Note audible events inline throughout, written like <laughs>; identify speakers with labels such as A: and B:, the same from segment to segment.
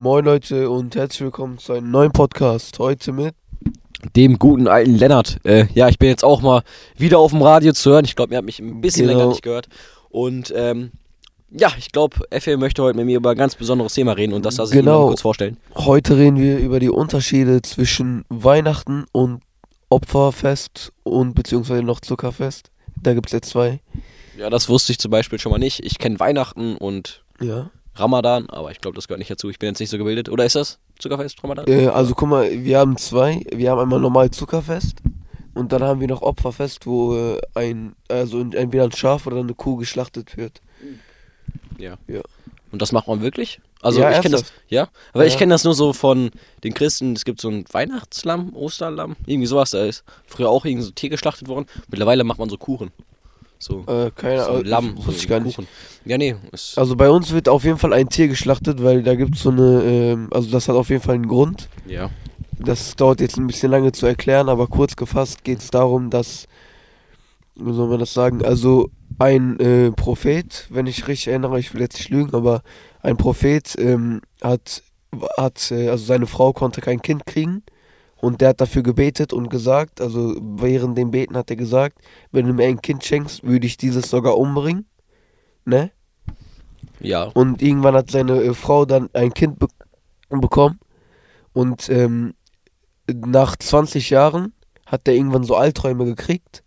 A: Moin Leute und herzlich willkommen zu einem neuen Podcast. Heute mit.
B: dem guten alten Lennart. Äh, ja, ich bin jetzt auch mal wieder auf dem Radio zu hören. Ich glaube, ihr habt mich ein bisschen
A: Genau.
B: länger nicht gehört. Und ähm, ja, ich glaube, Effe möchte heute mit mir über ein ganz besonderes Thema reden und das lasse ich Ihnen
A: Genau.
B: mal kurz vorstellen.
A: Heute reden wir über die Unterschiede zwischen Weihnachten und Opferfest und beziehungsweise noch Zuckerfest. Da gibt es jetzt zwei.
B: Ja, das wusste ich zum Beispiel schon mal nicht. Ich kenne Weihnachten und
A: Ja.
B: Ramadan, aber ich glaube, das gehört nicht dazu. Ich bin jetzt nicht so gebildet. Oder ist das Zuckerfest Ramadan?
A: Äh, also guck mal, wir haben zwei. Wir haben einmal normal Zuckerfest und dann haben wir noch Opferfest, wo äh, ein, also in- entweder ein Schaf oder eine Kuh geschlachtet wird.
B: Und das macht man wirklich? Also
A: Ja,
B: ich kenne das,
A: ernsthaft.
B: ja, aber ich
A: Ja.
B: kenne das nur so von den Christen. Es gibt so ein Weihnachtslamm, Osterlamm, irgendwie sowas. Da ist früher auch irgend so Tier geschlachtet worden. Mittlerweile macht man so Kuchen, so,
A: Äh, keine
B: so
A: Ahnung.
B: ein Lamm,
A: das
B: so
A: Wusste ich gar nicht.
B: Kuchen. Ja nee, ist,
A: Also bei uns wird auf jeden Fall ein Tier geschlachtet, weil da gibt es so eine, ähm, also das hat auf jeden Fall einen Grund.
B: ja,
A: Das dauert jetzt ein bisschen lange zu erklären, aber kurz gefasst geht es darum, dass, wie soll man das sagen, also ein äh, Prophet, wenn ich richtig erinnere, ich will jetzt nicht lügen, aber ein Prophet ähm, hat, hat, äh, also seine Frau konnte kein Kind kriegen und der hat dafür gebetet und gesagt, also während dem Beten hat er gesagt, wenn du mir ein Kind schenkst, würde ich dieses sogar umbringen, ne?
B: ja.
A: Und irgendwann hat seine äh, Frau dann ein Kind be bekommen. Und ähm, nach 20 Jahren hat er irgendwann so Albträume gekriegt.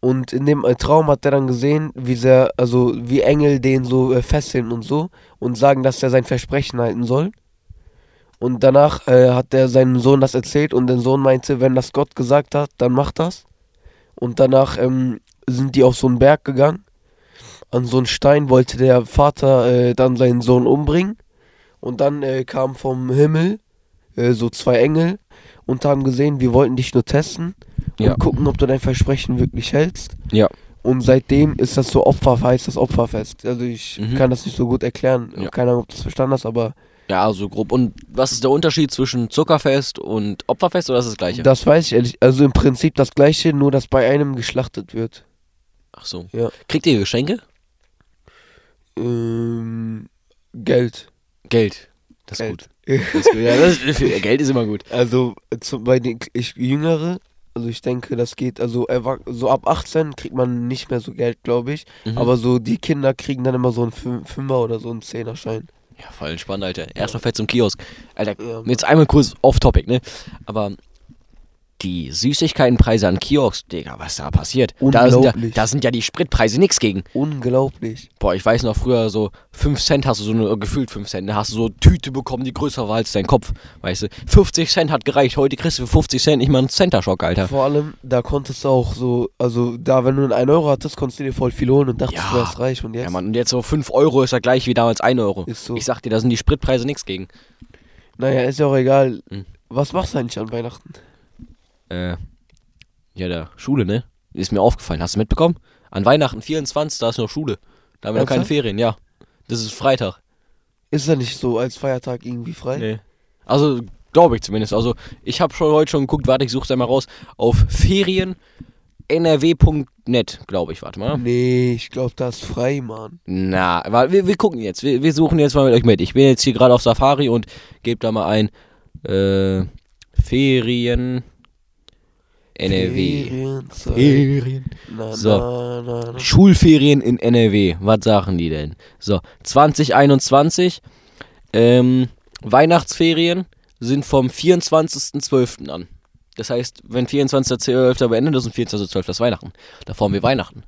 A: Und in dem äh, Traum hat er dann gesehen, wie sehr, also wie Engel den so äh, fesseln und so und sagen, dass er sein Versprechen halten soll. Und danach äh, hat er seinem Sohn das erzählt und der Sohn meinte, wenn das Gott gesagt hat, dann mach das. Und danach ähm, sind die auf so einen Berg gegangen an so einen Stein wollte der Vater äh, dann seinen Sohn umbringen. Und dann äh, kamen vom Himmel äh, so zwei Engel und haben gesehen, wir wollten dich nur testen und
B: Ja.
A: gucken, ob du dein Versprechen wirklich hältst.
B: Ja.
A: Und seitdem ist das so Opfer, heißt das Opferfest. Also ich
B: Mhm.
A: kann das nicht so gut erklären.
B: Ja.
A: Keine Ahnung, ob du das verstanden hast, aber
B: Ja, so grob. Und was ist der Unterschied zwischen Zuckerfest und Opferfest oder ist das gleiche?
A: das weiß ich ehrlich. Also im Prinzip das gleiche, nur dass bei einem geschlachtet wird.
B: Ach so.
A: Ja.
B: Kriegt ihr Geschenke?
A: Ähm, Geld.
B: Geld. Das ist
A: Geld.
B: gut. Das ist gut. Ja, das ist, <laughs> Geld ist immer gut.
A: Also zum, bei den K- ich, Jüngere, also ich denke, das geht, also erwach- so ab 18 kriegt man nicht mehr so Geld, glaube ich.
B: Mhm.
A: Aber so die Kinder kriegen dann immer so einen Fün- Fünfer oder so einen Zehnerschein.
B: Ja, voll entspannt, Alter. Erstmal fährt zum Kiosk. Alter,
A: Ja, Mann.
B: jetzt einmal kurz off-topic, ne? Aber die Süßigkeitenpreise an Kiosk, Digga, was da passiert. Da sind ja,
A: Unglaublich.
B: da sind ja die Spritpreise nix gegen.
A: Unglaublich.
B: Boah, ich weiß noch, früher so 5 Cent hast du so eine, gefühlt 5 Cent, ne? hast du so Tüte bekommen, die größer war als dein Kopf, weißt du. 50 Cent hat gereicht, heute kriegst du für 50 Cent nicht mal einen Center-Schock, Alter.
A: Vor allem, da konntest du auch so, also da, wenn du einen 1 Euro hattest, konntest du dir voll viel holen und dachtest,
B: Ja.
A: du wärst reich und jetzt.
B: Ja, Mann, und jetzt so 5 Euro ist ja gleich wie damals 1 Euro.
A: Ist so.
B: Ich sag dir, da sind die Spritpreise nix gegen.
A: Naja, ist ja auch egal.
B: Mhm.
A: Was machst du eigentlich an Weihnachten?
B: Äh, ja, der Schule, ne? Ist mir aufgefallen. Hast du mitbekommen? An Weihnachten 24, da ist noch Schule. Da haben wir noch keine
A: Ernsthaft?
B: Ferien, ja. Das ist Freitag.
A: Ist ja nicht so als Feiertag irgendwie frei?
B: Nee. Also, glaube ich zumindest. Also, ich habe schon heute schon geguckt, warte, ich such's einmal raus. Auf feriennrw.net, glaube ich, warte <laughs> mal.
A: Nee, ich glaube, da ist frei, Mann.
B: Na, wa- wir, wir gucken jetzt. Wir, wir suchen jetzt mal mit euch mit. Ich bin jetzt hier gerade auf Safari und gebe da mal ein äh, Ferien NRW.
A: Ferienzeit.
B: Ferien.
A: Na,
B: So.
A: na, na, na.
B: Mhm. Schulferien in NRW. Was sagen die denn? So, 2021. Ähm, Weihnachtsferien sind vom 24.12. an. Das heißt, wenn 24.12. beendet ist und 24.12. ist Weihnachten. Davor haben wir Weihnachten.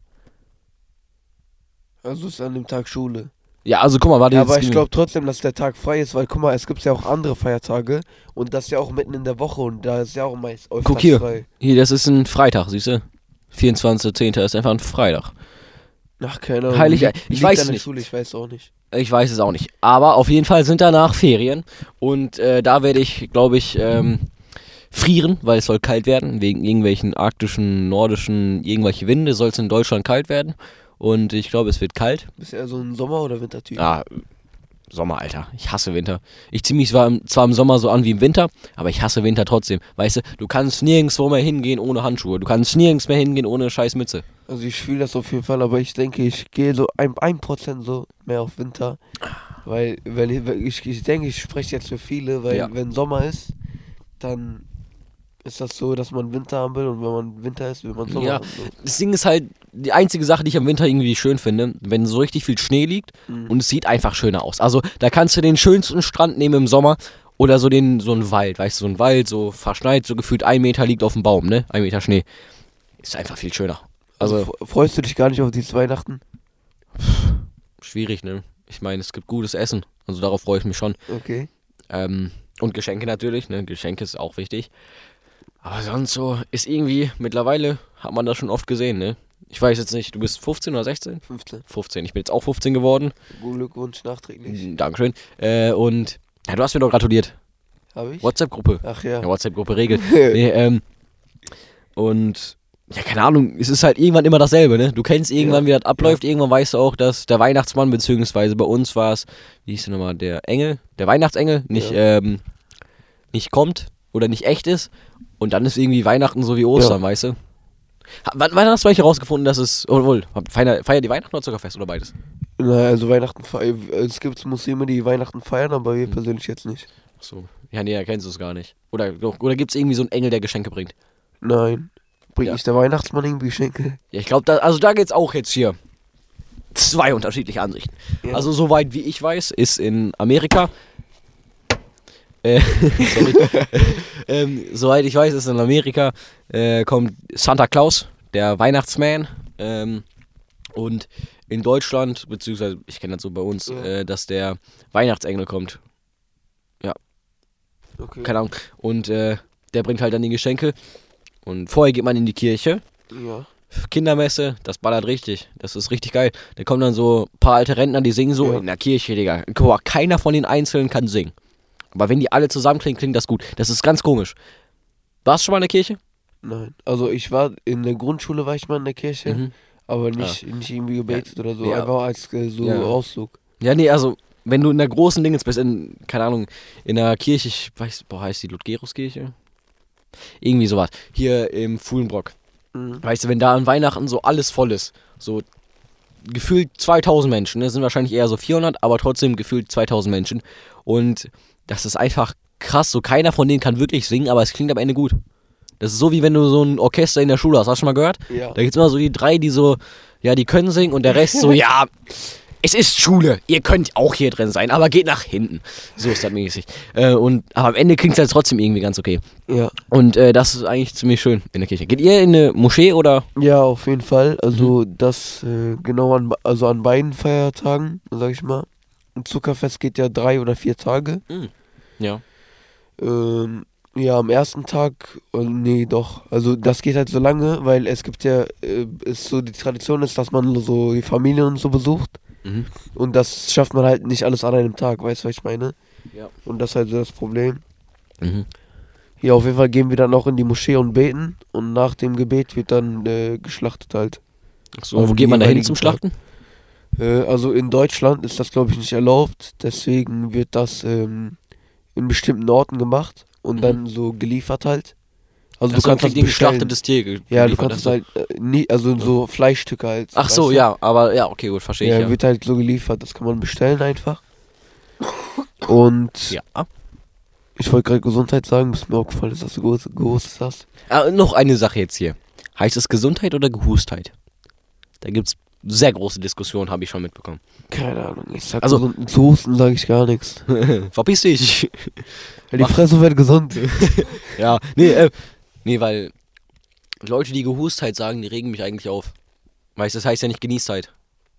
A: Also ist an dem Tag Schule.
B: Ja, also guck mal, warte
A: Ja,
B: jetzt.
A: aber ich glaube trotzdem, dass der Tag frei ist, weil guck mal, es gibt ja auch andere Feiertage und das ist ja auch mitten in der Woche und da ist ja auch meist öfters
B: Guck hier.
A: frei.
B: Hier, das ist ein Freitag, siehst du? 24.10. ist einfach ein Freitag.
A: Ach, keine Ahnung.
B: Heilig-
A: liegt-
B: ich
A: liegt
B: weiß
A: an der
B: nicht.
A: Schule, ich weiß auch nicht.
B: Ich weiß es auch nicht. Aber auf jeden Fall sind danach Ferien. Und äh, da werde ich, glaube ich, ähm, frieren, weil es soll kalt werden. Wegen irgendwelchen arktischen, nordischen, irgendwelche Winde soll es in Deutschland kalt werden. Und ich glaube, es wird kalt.
A: Bist du eher so ein Sommer- oder Wintertyp?
B: Ah, Sommer, Alter. Ich hasse Winter. Ich ziehe mich zwar im, zwar im Sommer so an wie im Winter, aber ich hasse Winter trotzdem. Weißt du, du kannst nirgendwo mehr hingehen ohne Handschuhe. Du kannst nirgends mehr hingehen ohne scheiß Mütze.
A: Also ich fühle das auf jeden Fall, aber ich denke, ich gehe so ein, ein Prozent so mehr auf Winter. Weil, wenn ich, wenn ich, ich denke, ich spreche jetzt für viele, weil
B: Ja.
A: wenn Sommer ist, dann ist das so, dass man Winter haben will und wenn man Winter ist, will man Sommer
B: Ja.
A: haben. So.
B: Das Ding ist halt, die einzige Sache, die ich am Winter irgendwie schön finde, wenn so richtig viel Schnee liegt und es sieht einfach schöner aus. Also da kannst du den schönsten Strand nehmen im Sommer oder so den, so einen Wald, weißt du, so ein Wald, so verschneit, so gefühlt ein Meter liegt auf dem Baum, ne? Ein Meter Schnee. Ist einfach viel schöner.
A: Also
B: Also
A: f- freust du dich gar nicht auf dieses Weihnachten?
B: schwierig, ne? Ich meine, es gibt gutes Essen. Also darauf freue ich mich schon.
A: Okay.
B: Ähm, und Geschenke natürlich, ne? Geschenke ist auch wichtig. Aber sonst so ist irgendwie, mittlerweile hat man das schon oft gesehen, ne? Ich weiß jetzt nicht, du bist 15 oder 16?
A: 15.
B: 15. Ich bin jetzt auch 15 geworden.
A: Guten Glückwunsch nachträglich.
B: Dankeschön. Äh, und ja, du hast mir doch gratuliert.
A: Habe ich?
B: WhatsApp-Gruppe.
A: Ach
B: Ja, WhatsApp-Gruppe regelt. nee, ähm, und ja, keine Ahnung, es ist halt irgendwann immer dasselbe, ne? Du kennst irgendwann, wie das abläuft, irgendwann weißt du auch, dass der Weihnachtsmann, beziehungsweise bei uns war es, wie hieß der nochmal, der Engel, der Weihnachtsengel, nicht, ähm, nicht kommt oder nicht echt ist. Und dann ist irgendwie Weihnachten so wie Ostern, weißt du? Ha- Wann, wann hast du eigentlich herausgefunden, dass es, obwohl, feier, feier die Weihnachten oder Zuckerfest oder beides?
A: Naja, also Weihnachten feiern. Es gibt Muslime, die Weihnachten feiern, aber
B: Mhm.
A: wir persönlich jetzt nicht.
B: Ach So. Ja, nee, erkennst du es gar nicht. Oder, doch, oder gibt es irgendwie so einen Engel, der Geschenke bringt?
A: Nein. Bringt
B: Ja.
A: nicht der Weihnachtsmann irgendwie Geschenke?
B: Ja, ich glaube, da, also da geht's auch jetzt hier. Zwei unterschiedliche Ansichten.
A: Ja.
B: Also, soweit wie ich weiß, ist in Amerika. Äh, <laughs> sorry.
A: <laughs>
B: ähm, soweit ich weiß, ist in Amerika äh, kommt Santa Claus, der Weihnachtsman. Ähm, und in Deutschland, beziehungsweise ich kenne das so bei uns,
A: Ja.
B: äh, dass der Weihnachtsengel kommt.
A: Okay.
B: Keine Ahnung. Und äh, der bringt halt dann die Geschenke. Und vorher geht man in die Kirche.
A: Ja.
B: Kindermesse, das ballert richtig. Das ist richtig geil. Da kommen dann so ein paar alte Rentner, die singen so
A: Ja.
B: in der Kirche, Digga. Guck mal, keiner von den Einzelnen kann singen. Aber wenn die alle zusammen klingen, klingt das gut. Das ist ganz komisch. Warst du schon mal in der Kirche?
A: Nein. Also ich war in der Grundschule war ich mal in der Kirche,
B: Mhm.
A: aber nicht, nicht irgendwie gebetet oder so.
B: Ja.
A: Einfach als äh, so
B: Ja.
A: Ausflug.
B: Ja, nee, also, wenn du in der großen Dingens bist, in, keine Ahnung, in der Kirche, ich weiß, boah, heißt die Ludgeruskirche? Irgendwie sowas. Hier im Fuhlenbrock.
A: Mhm.
B: Weißt du, wenn da an Weihnachten so alles voll ist, so gefühlt 2000 Menschen, ne, sind wahrscheinlich eher so 400, aber trotzdem gefühlt 2000 Menschen. Und das ist einfach krass, so keiner von denen kann wirklich singen, aber es klingt am Ende gut. Das ist so wie wenn du so ein Orchester in der Schule hast, hast du schon mal gehört?
A: Ja.
B: Da gibt's immer so die drei, die so, ja, die können singen und der Rest so, ja, es ist Schule, ihr könnt auch hier drin sein, aber geht nach hinten. So ist das mäßig. Äh, und, aber am Ende klingt's halt trotzdem irgendwie ganz okay.
A: Ja.
B: Und äh, das ist eigentlich ziemlich schön in der Kirche. Geht ihr in eine Moschee oder?
A: Ja, auf jeden Fall. Also
B: Mhm.
A: das äh, genau an also an beiden Feiertagen, sag ich mal. Ein Zuckerfest geht ja drei oder vier Tage.
B: Ja.
A: Ähm, ja, am ersten Tag, äh, nee, doch. Also das geht halt so lange, weil es gibt ja, äh, ist so die Tradition ist, dass man so die Familie und so besucht.
B: Mhm.
A: Und das schafft man halt nicht alles an einem Tag, weißt du, was ich meine?
B: Ja.
A: Und das ist halt so das Problem.
B: Mhm.
A: Ja, auf jeden Fall gehen wir dann auch in die Moschee und beten. Und nach dem Gebet wird dann äh, geschlachtet halt.
B: So, und wo geht man da hin zum
A: Jeweiligen
B: Schlachten?
A: Äh, also in Deutschland ist das, glaube ich, nicht erlaubt. Deswegen wird das ähm, in bestimmten Orten gemacht und
B: Mhm.
A: dann so geliefert halt. Also
B: Ach so,
A: du kannst das
B: kriegt ihr ein
A: bestellen.
B: geschlachtetes Tier ge-
A: Ja, du
B: geliefert,
A: kannst es
B: ach so.
A: halt äh, nie, also so Fleischstücke halt.
B: Ach so,
A: weißt du?
B: ja, aber ja, okay, gut, verstehe
A: Ja,
B: ich. Ja.
A: wird halt so geliefert, das kann man bestellen einfach. Und
B: Ja.
A: ich wollte gerade Gesundheit sagen, ist mir aufgefallen, dass du groß, groß hast.
B: Ah, noch eine Sache jetzt hier. Heißt es Gesundheit oder Gehustheit? Da gibt es sehr große Diskussionen, habe ich schon mitbekommen.
A: Keine Ahnung, ich sag
B: Also-
A: also, zu Husten sage ich gar nichts.
B: Verpiss dich!
A: Die
B: Mach-
A: Fresse wird gesund.
B: ja, nee, äh, nee, weil Leute, die Gehustheit sagen, die regen mich eigentlich auf. Weißt du, das heißt ja nicht Genießtheit.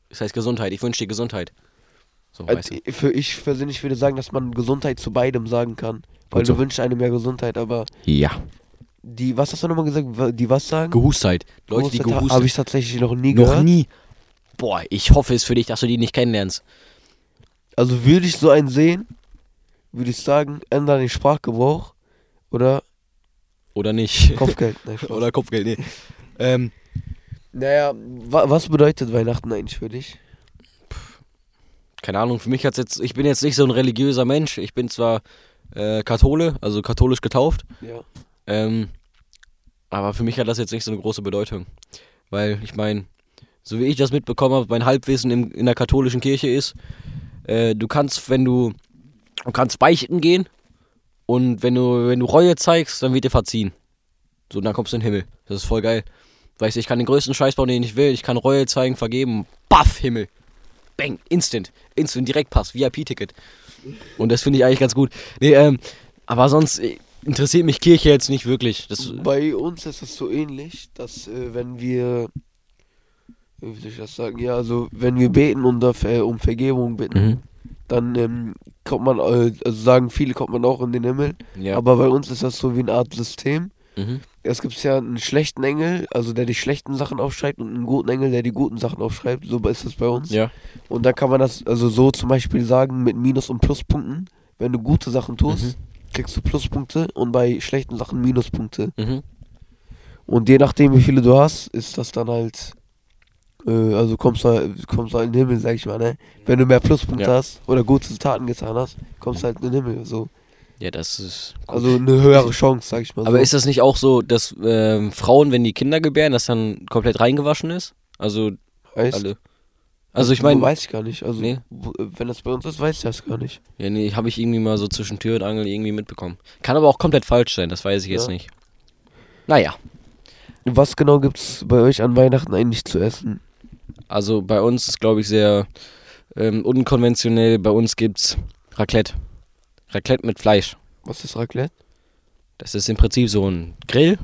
B: Das heißt Gesundheit. Ich wünsche dir Gesundheit. So, weißt
A: Also,
B: du.
A: für ich persönlich würde sagen, dass man Gesundheit zu beidem sagen kann. Weil
B: Gut so.
A: du wünschst einem ja Gesundheit, aber
B: Ja.
A: die, was hast du nochmal gesagt, Wa- die was sagen?
B: Gehustheit. Leute, die gehustet
A: Habe ich tatsächlich noch nie
B: Noch
A: gehört.
B: nie. Boah, ich hoffe es für dich, dass du die nicht kennenlernst.
A: Also würde ich so einen sehen, würde ich sagen, ändere den Sprachgebrauch oder
B: Oder nicht.
A: Kopfgeld. Nein, Spaß.
B: <laughs> Oder Kopfgeld, nee. ähm,
A: Naja, wa was bedeutet Weihnachten eigentlich für dich?
B: keine Ahnung, für mich hat's jetzt, ich bin jetzt nicht so ein religiöser Mensch. Ich bin zwar äh, Kathole, also katholisch getauft,
A: Ja.
B: ähm, aber für mich hat das jetzt nicht so eine große Bedeutung. Weil ich meine, so wie ich das mitbekommen habe, mein Halbwissen im, in der katholischen Kirche ist, äh, du kannst, wenn du, du kannst beichten gehen und wenn du, wenn du Reue zeigst, dann wird dir verziehen. So, und dann kommst du in den Himmel. Das ist voll geil. Weißt du, ich kann den größten Scheiß bauen, den ich will. Ich kann Reue zeigen, vergeben. Baff, Himmel. Bang, instant. Instant, Direktpass, VIP-Ticket. Und das finde ich eigentlich ganz gut. Nee, ähm, aber sonst äh, interessiert mich Kirche jetzt nicht wirklich. Das,
A: Bei uns ist es so ähnlich, dass äh, wenn wir, äh, wie soll ich das sagen, ja, also wenn wir beten und da, äh, um Vergebung bitten,
B: mhm.
A: dann ähm, kommt man, äh, also sagen viele, kommt man auch in den Himmel.
B: Ja.
A: Aber bei uns ist das so wie eine Art System.
B: mhm.
A: Es gibt ja einen schlechten Engel, also der die schlechten Sachen aufschreibt und einen guten Engel, der die guten Sachen aufschreibt. So ist das bei uns.
B: Ja.
A: Und da kann man das also so zum Beispiel sagen mit Minus- und Pluspunkten. Wenn du gute Sachen tust, kriegst du Pluspunkte und bei schlechten Sachen Minuspunkte.
B: Mhm.
A: Und je nachdem, wie viele du hast, ist das dann halt. Äh, also kommst du kommst du halt in den Himmel, sag ich mal, ne? Wenn du mehr Pluspunkte
B: Ja.
A: hast oder gute Taten getan hast, kommst du halt in den Himmel. So.
B: Ja, das ist.
A: Also eine höhere Chance, sag ich mal.
B: Aber
A: so.
B: ist das nicht auch so, dass ähm, Frauen, wenn die Kinder gebären, das dann komplett reingewaschen ist? Also
A: Heißt-
B: alle. Also ich meine,
A: Weiß ich gar nicht. Also,
B: Nee.
A: wo- äh, wenn das bei uns ist, weiß ich das gar nicht.
B: ja, nee, habe ich irgendwie mal so zwischen Tür und Angel irgendwie mitbekommen. Kann aber auch komplett falsch sein, das weiß ich jetzt
A: Ja.
B: nicht. Naja,
A: Was genau gibt's bei euch an Weihnachten eigentlich zu essen?
B: also bei uns ist, glaube ich, sehr ähm, unkonventionell. Bei uns gibt's Raclette. Raclette mit Fleisch.
A: Was ist Raclette?
B: Das ist im Prinzip so ein Grill.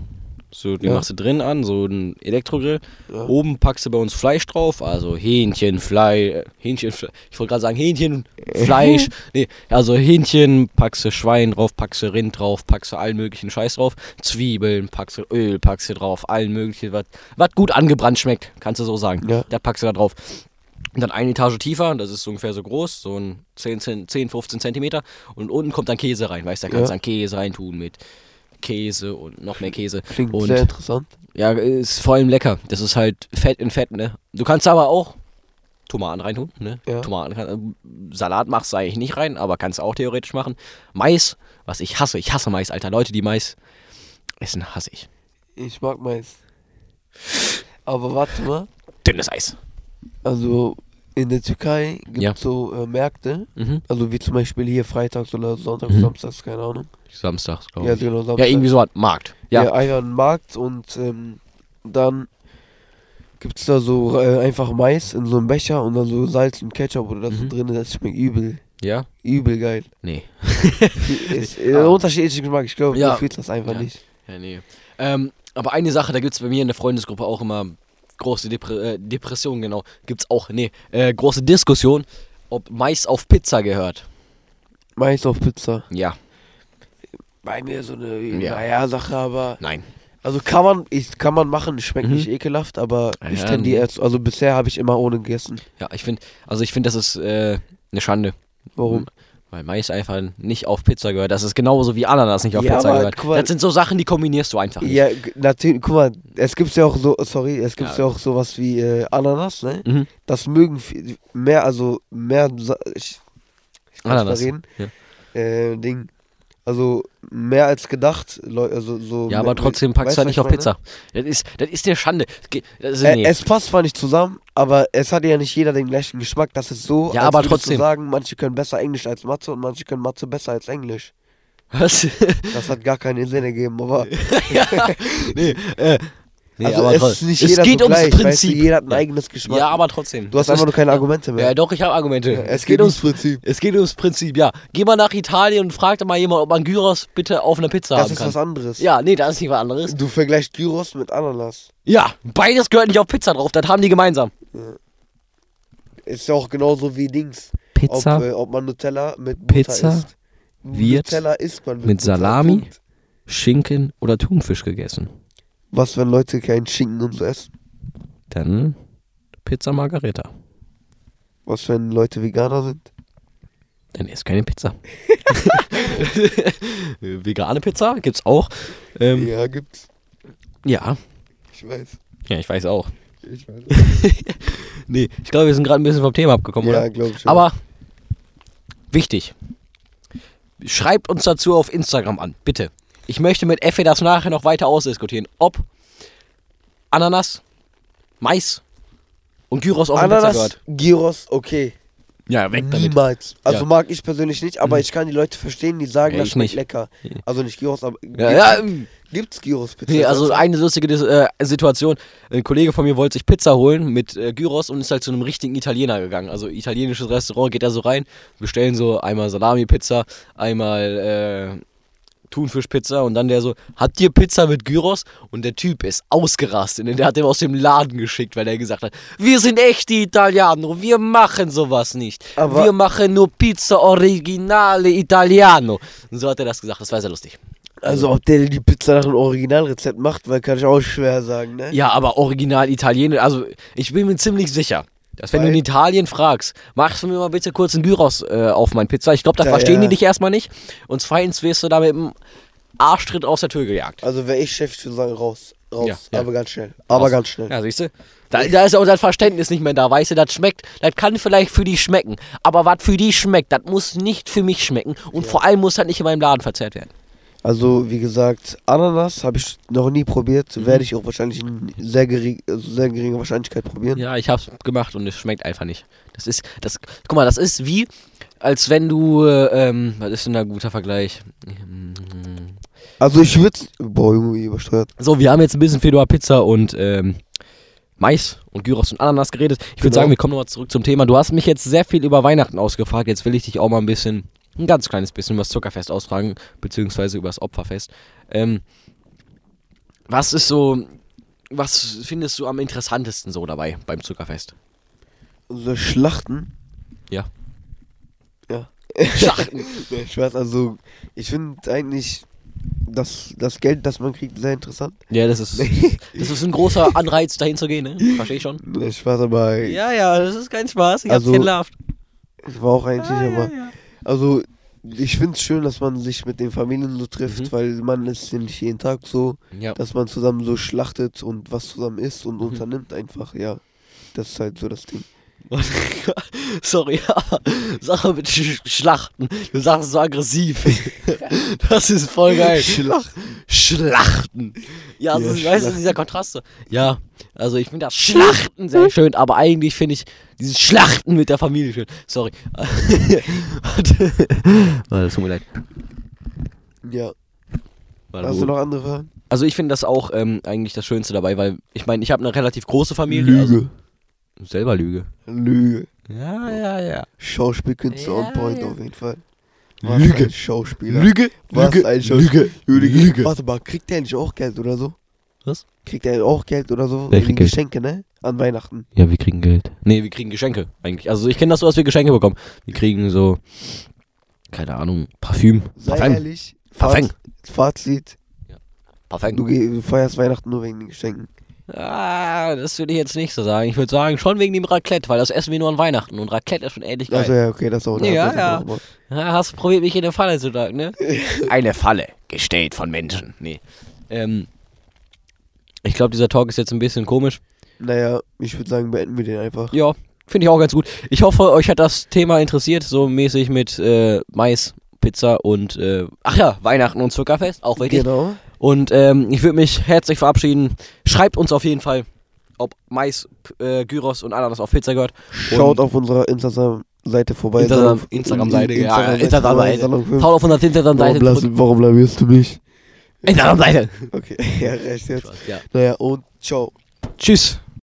B: So, den
A: Ja.
B: machst du drin an, so ein Elektrogrill.
A: Ja.
B: Oben packst du bei uns Fleisch drauf, also Hähnchen, Fleisch, Hähnchen, Fle- ich wollte gerade
A: <laughs>
B: sagen Hähnchen, Fleisch, nee, also Hähnchen, packst du Schwein drauf, packst du Rind drauf, packst du allen möglichen Scheiß drauf, Zwiebeln, packst du Öl, packst du drauf, allen möglichen, was was gut angebrannt schmeckt, kannst du so sagen,
A: Ja.
B: da packst du da drauf. Und dann eine Etage tiefer, das ist ungefähr so groß, so ein 10, 10, 10 15 Zentimeter und unten kommt dann Käse rein, weißt du, da kannst du
A: Ja.
B: dann Käse reintun mit Käse und noch mehr Käse.
A: Klingt
B: und
A: sehr interessant.
B: ja, ist vor allem lecker. Das ist halt Fett in Fett, ne? Du kannst aber auch Tomaten reintun, ne?
A: Ja.
B: Tomaten, kann- äh, Salat machst du eigentlich nicht rein, aber kannst du auch theoretisch machen. Mais, was ich hasse, ich hasse Mais, Alter. Leute, die Mais essen, hasse ich.
A: Ich mag Mais. Aber warte mal.
B: Dünnes Eis.
A: Also, in der Türkei gibt es
B: Ja.
A: so äh, Märkte.
B: Mhm.
A: Also, wie zum Beispiel hier freitags oder sonntags,
B: Mhm.
A: samstags, keine Ahnung.
B: Samstags, glaube
A: Ja,
B: ich.
A: genau,
B: Ja,
A: samstags.
B: irgendwie so hat Markt.
A: Ja,
B: Ja.
A: ja einen Markt und ähm, dann gibt es da so äh, einfach Mais in so einem Becher und dann so Salz und Ketchup oder das
B: Mhm.
A: drin. Das schmeckt übel.
B: Ja?
A: Übel
B: <laughs>
A: geil.
B: Nee.
A: ist, äh, unterschiedlich Geschmack. Ich glaube,
B: Ja.
A: du fühlst das einfach
B: Ja.
A: nicht.
B: Ja, nee. Ähm, aber eine Sache, da gibt es bei mir in der Freundesgruppe auch immer große Depre äh, Depression, genau. Gibt's auch, nee, äh, große Diskussion, ob Mais auf Pizza gehört.
A: Mais auf Pizza.
B: Ja,
A: Bei mir so eine,
B: Ja.
A: naja, Sache, aber.
B: nein.
A: Also kann man, ich, kann man machen, schmeckt
B: Mhm.
A: nicht ekelhaft, aber
B: Ja,
A: ich
B: ja,
A: tendiere jetzt, also bisher habe ich immer ohne gegessen.
B: Ja, ich finde, also ich finde, das ist äh, eine Schande.
A: Warum?
B: Weil Mais einfach nicht auf Pizza gehört. Das ist genauso wie Ananas nicht auf
A: Ja,
B: Pizza
A: aber
B: gehört.
A: guck mal-
B: Das sind so Sachen, die kombinierst du einfach nicht.
A: Ja, g- natürlich, guck mal, es gibt ja auch so, sorry, es gibt ja.
B: Ja.
A: auch sowas wie äh, Ananas, ne?
B: Mhm.
A: Das mögen viel, mehr, also mehr, Sa- ich, ich kann
B: Ananas.
A: nicht mehr
B: Ja.
A: reden, äh, Ding, also mehr als gedacht, Leu also so.
B: Ja, aber
A: mehr-
B: trotzdem
A: weißt du, was
B: packst du halt nicht
A: ich
B: auf
A: meine?
B: Pizza. Das ist, das ist eine Schande. Das geht- Das ist,
A: Äh,
B: nee.
A: Es passt zwar nicht zusammen, aber es hat ja nicht jeder den gleichen Geschmack. Das ist so,
B: Ja,
A: als
B: aber
A: würdest du
B: trotzdem.
A: sagen, manche können besser Englisch als Mathe und manche können Mathe besser als Englisch.
B: Was? <laughs>
A: Das hat gar keinen Sinn ergeben, aber <laughs>
B: nee, äh, <laughs> nee,
A: also
B: aber
A: es ist
B: trotzdem.
A: nicht
B: es
A: jeder
B: geht
A: so
B: ums
A: gleich, Weißt du,
B: Prinzip.
A: jeder hat ein
B: Ja.
A: eigenes Geschmack.
B: ja, aber trotzdem.
A: du hast
B: Das
A: einfach
B: ist-
A: nur keine Argumente mehr.
B: Ja, doch, ich habe Argumente.
A: es geht ums Prinzip.
B: Es geht ums Prinzip, ja. Geh mal nach Italien und frag da mal jemand, ob man Gyros bitte auf einer Pizza
A: Das
B: haben
A: ist
B: kann.
A: was anderes.
B: ja, nee, das ist nicht was anderes.
A: Du vergleichst Gyros mit Ananas.
B: Ja, beides gehört nicht auf Pizza drauf, das haben die gemeinsam.
A: Ist ja auch genauso wie Dings.
C: Pizza
A: Ob, äh, ob man Nutella mit
C: Pizza
A: Butter isst.
C: wird
A: Nutella isst man mit,
C: mit
A: Butter,
C: Salami?
A: Punkt.
C: Schinken oder Thunfisch gegessen.
A: Was, wenn Leute keinen Schinken und so essen?
C: Dann Pizza Margarita.
A: Was, wenn Leute Veganer sind?
C: Dann isst keine
A: <laughs>
C: Pizza.
B: Äh, <laughs> Vegane Pizza gibt's auch. Ähm,
A: Ja, gibt's.
B: ja.
A: Ich weiß.
B: ja, ich weiß auch.
A: Ich weiß.
B: Nee, ich glaube, wir sind gerade ein bisschen vom Thema abgekommen,
A: ja,
B: oder?
A: glaube ich. schon.
B: Aber wichtig. Schreibt uns dazu auf Instagram an, bitte. Ich möchte mit Effe das nachher noch weiter ausdiskutieren, ob Ananas Mais. Und Gyros auch Ananas. Pizza
A: Ananas,
B: gehört.
A: Gyros, okay.
B: Ja, weg damit.
A: Niemals. Also
B: Ja. Mhm.
A: mag ich persönlich nicht, aber ich kann die Leute verstehen, die sagen,
B: Ja,
A: das
B: ich
A: schmeckt
B: nicht.
A: lecker. Also nicht Gyros, aber
B: Ja, ja, ähm,
A: gibt's Gyros bitte?
B: nee, also eine lustige Dis- äh, Situation. Ein Kollege von mir wollte sich Pizza holen mit äh, Gyros und ist halt zu einem richtigen Italiener gegangen. Also italienisches Restaurant, geht da so rein, bestellen so einmal Salami-Pizza, einmal äh, Thunfisch-Pizza und dann der so, habt ihr Pizza mit Gyros? Und der Typ ist ausgerastet. Und der hat den aus dem Laden geschickt, weil er gesagt hat, wir sind echte Italiener, wir machen sowas nicht.
A: Aber-
B: wir machen nur Pizza Originale Italiano. Und so hat er das gesagt, das war sehr lustig.
A: Also ob der die Pizza nach dem Originalrezept macht, weil kann ich auch schwer sagen, ne?
B: Ja, aber original italienisch. Also, ich bin mir ziemlich sicher, dass wenn
A: Weil-
B: du in Italien fragst, machst du mir mal bitte kurz einen Gyros äh, auf mein Pizza. Ich glaube, da
A: Ja, ja.
B: verstehen die dich erstmal nicht. Und zweitens wirst du da mit dem Arschtritt aus der Tür gejagt.
A: Also wäre ich Chef, ich würde sagen, raus. Raus.
B: Ja, ja.
A: Aber ganz schnell. Aber
B: Raus.
A: ganz schnell.
B: Ja, siehst du? Da, da ist auch das Verständnis nicht mehr da, weißt du? Das schmeckt, das kann vielleicht für die schmecken. Aber was für die schmeckt, das muss nicht für mich schmecken. Und vor allem muss das nicht in meinem Laden verzehrt werden.
A: Also, wie gesagt, Ananas habe ich noch nie probiert. Werde ich auch wahrscheinlich in sehr, gering, also sehr geringer Wahrscheinlichkeit probieren.
B: Ja, ich hab's gemacht und es schmeckt einfach nicht. Das ist, das, guck mal, das ist wie, als wenn du, äh, ähm, was ist denn da ein guter Vergleich? Ähm,
A: Also, ich würde. Boah, Junge, wie übersteuert.
B: So, wir haben jetzt ein bisschen Fedora Pizza und, ähm, Mais und Gyros und Ananas geredet. Ich würde
A: Genau.
B: sagen, wir kommen nochmal zurück zum Thema. Du hast mich jetzt sehr viel über Weihnachten ausgefragt. Jetzt will ich dich auch mal ein bisschen, ein ganz kleines bisschen über das Zuckerfest ausfragen, beziehungsweise über das Opferfest. Ähm, was ist so, was findest du am interessantesten so dabei beim Zuckerfest?
A: Also, Schlachten.
B: Ja.
A: Ja.
B: Schlachten.
A: <laughs> Nee, ich weiß, also, ich finde eigentlich das, das Geld, das man kriegt, sehr interessant.
B: Ja, das <laughs> ist, das ist ein großer Anreiz, dahin zu gehen, ne? Verstehe ich schon.
A: Nee, Ich weiß aber.
B: ja, das ist kein Spaß.
A: Ich hab's Also-
B: gelacht.
A: Ich war auch eigentlich,
B: Ah,
A: aber. Also, ich finde es schön, dass man sich mit den Familien so trifft,
B: Mhm.
A: weil man ist ja nicht jeden Tag so,
B: Ja. Mhm.
A: dass man zusammen so schlachtet und was zusammen isst und unternimmt einfach, ja. Das ist halt so das Ding.
B: <laughs> Sorry, <laughs> aber Sache mit Sch Schlachten. Du sagst es
A: <laughs>
B: so aggressiv. Das ist voll geil. Schlachten. Schlachten. Ja, also,
A: Ja,
B: ich weißt du,
A: Schlachten.
B: dieser Kontrast. so. Ja, also ich finde das Schlachten sehr schön, aber eigentlich finde ich dieses Schlachten mit der Familie schön. Sorry. <laughs> Warte. <laughs> Warte, tut mir leid.
A: Ja.
B: Warte,
A: Hast
B: wo-
A: du noch andere Fragen?
B: Also ich finde das auch ähm, eigentlich das Schönste dabei, weil ich meine, ich habe eine relativ große Familie. Also selber Lüge.
A: Lüge.
B: Ja, ja, ja.
A: Schauspielkünstler
B: Ja,
A: on point
B: ja.
A: auf jeden Fall. Was
B: Lüge.
A: Ein Schauspieler.
B: Lüge,
A: Was
B: Lüge,
A: ein
B: Lüge,
A: Schauspieler.
B: Lüge.
A: Warte mal, kriegt der nicht auch Geld oder so?
B: Was?
A: Kriegt er auch Geld oder so?
B: Wer
A: Wegen
B: kriegt Geld?
A: Geschenke, ne? An Weihnachten.
B: Ja, wir kriegen Geld. Nee, wir kriegen Geschenke eigentlich. Also ich kenne das so, dass wir Geschenke bekommen. Wir kriegen so, keine Ahnung, Parfüm.
A: Sei
B: Parfum.
A: ehrlich.
B: Verfäng.
A: Faz- Fazit.
B: Parfum.
A: Du geh- feierst Weihnachten nur wegen den Geschenken.
B: Ah, das würde ich jetzt nicht so sagen. Ich würde sagen, schon wegen dem Raclette, weil das essen wir nur an Weihnachten. Und Raclette ist schon ähnlich geil.
A: Also ja, okay, das ist auch eine
B: Ja,
A: andere
B: ja.
A: Sache, aber-
B: Ja, hast du probiert, mich in eine Falle zu schlagen, ne? <laughs> Eine Falle, gestellt von Menschen. Nee. Ähm, ich glaube, dieser Talk ist jetzt ein bisschen komisch.
A: Naja, ich würde sagen, beenden wir den einfach.
B: Ja, finde ich auch ganz gut. Ich hoffe, euch hat das Thema interessiert, so mäßig mit äh, Mais, Pizza und, äh, ach ja, Weihnachten und Zuckerfest, auch wichtig.
A: Genau.
B: Und ähm, ich würde mich herzlich verabschieden. Schreibt uns auf jeden Fall, ob Mais, P- äh, Gyros und Ananas auf Pizza gehört.
A: Schaut auf unserer Instagram-Seite vorbei.
B: Instagram-
A: Salon-
B: Instagram-Seite, ja,
A: Instagram-Seite
B: Instagram-Seite.
A: vorbei, Salon 5.
B: Schaut auf unserer
A: Warum,
B: Instagram-Seite.
A: blas- warum blamierst du mich?
B: Instagram-Seite.
A: Okay, <laughs> ja, recht jetzt.
B: Ja.
A: Naja, und ciao.
B: Tschüss.